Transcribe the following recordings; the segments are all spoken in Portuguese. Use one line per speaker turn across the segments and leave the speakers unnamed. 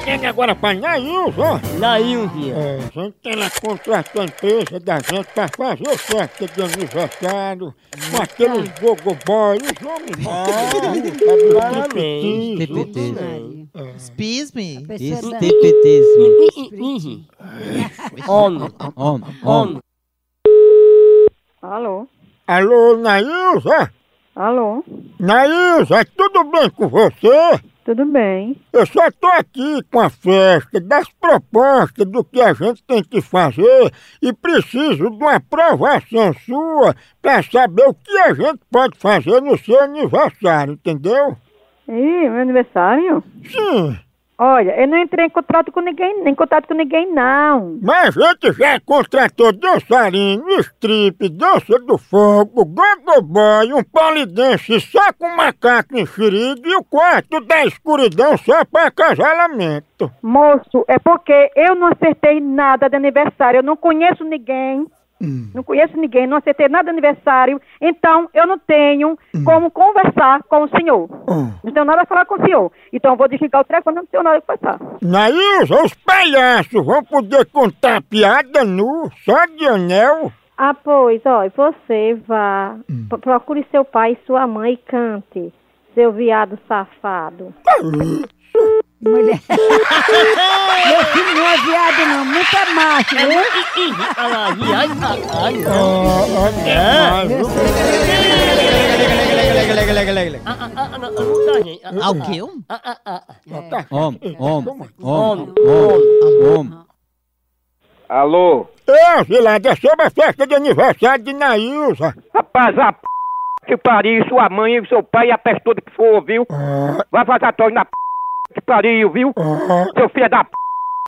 telefone agora pra Nails, ó.
Naí um dia.
É, a gente tem lá contratou a empresa da gente pra fazer festa de aniversário com aqueles gogoboy, os homens
parabéns.
mó-
TPT.
Maria.
Excuse me.
Pessoa da-
TPT.
Uhum. Homem,
On, on.
homem.
Alô?
Alô, Nailza?
Alô?
Nailza, é tudo bem com você?
Tudo bem?
Eu só tô aqui com a festa das propostas do que a gente tem que fazer e preciso de uma aprovação sua pra saber o que a gente pode fazer no seu aniversário, entendeu?
Ih, meu aniversário?
Sim,
Olha, eu não entrei em contrato com ninguém, nem em contato com ninguém, não.
mas é a gente já contratou dançarino, strip, dança do fogo, gogoboy, um polidense só com macaco enxerido e o quarto da escuridão só pra acasalamento.
Moço, é porque eu não acertei nada de aniversário. Eu não conheço ninguém. Não conheço ninguém, não acertei nada de aniversário. Então, eu não tenho como conversar com o senhor. Não tenho nada a falar com o senhor. Então, eu vou desligar o telefone, não tenho nada a conversar.
Nailza, os palhaços vão poder contar piada nu, só de anel.
Ah, pois, ó, e você vá, pro- procure seu pai e sua mãe e cante, seu viado safado.
Mulher. Meu filho não é viado, não. Muito é macho, viu?
Ai, ai, ai.
É?
Ah, ah, ah, não, não dá, gente. Ah, ah,
Ao que um?
ah, ah, ah, ah.
Om, om, om,
Homem,
om, om.
Alô?
Eu, Gilada, é sobre a festa de aniversário de Nailza.
Rapaz, a p... que pariu, sua mãe, e seu pai e a peste toda que for, viu? Vai fazer a tosse na p... que pariu, viu? Seu filho da p...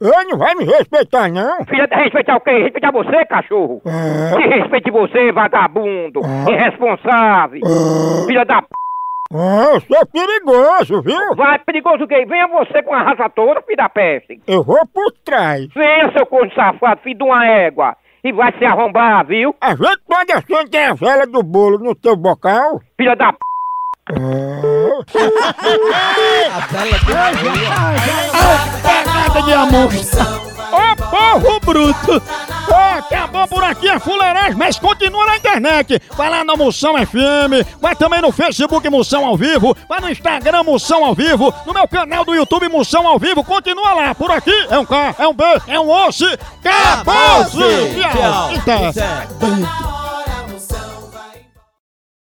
Eu não vai me respeitar, não.
Filha, da- respeitar o quê? Respeitar você, cachorro?
Ah.
Que respeite você, vagabundo, irresponsável, filha da p...
Ah, eu sou perigoso, viu?
Vai, perigoso gay, venha você com a raça toda, filho da peste.
Eu vou por trás.
Venha, seu corno safado, filho de uma égua, e vai se arrombar, viu?
A gente pode acender a vela do bolo no teu bocal?
Filha da p...
Ah.
A bela do
Ô porro bruto! Ô, acabou por aqui a fuleiragem, mas continua na internet. Vai lá na Moção FM, vai também no Facebook Moção ao Vivo, vai no Instagram Moção ao Vivo, no meu canal do YouTube Moção ao Vivo, continua lá. Por aqui é um K, é um B, é um osso. Acabou-se! Então,
Tchau.
Tchau! Eita.
Zé.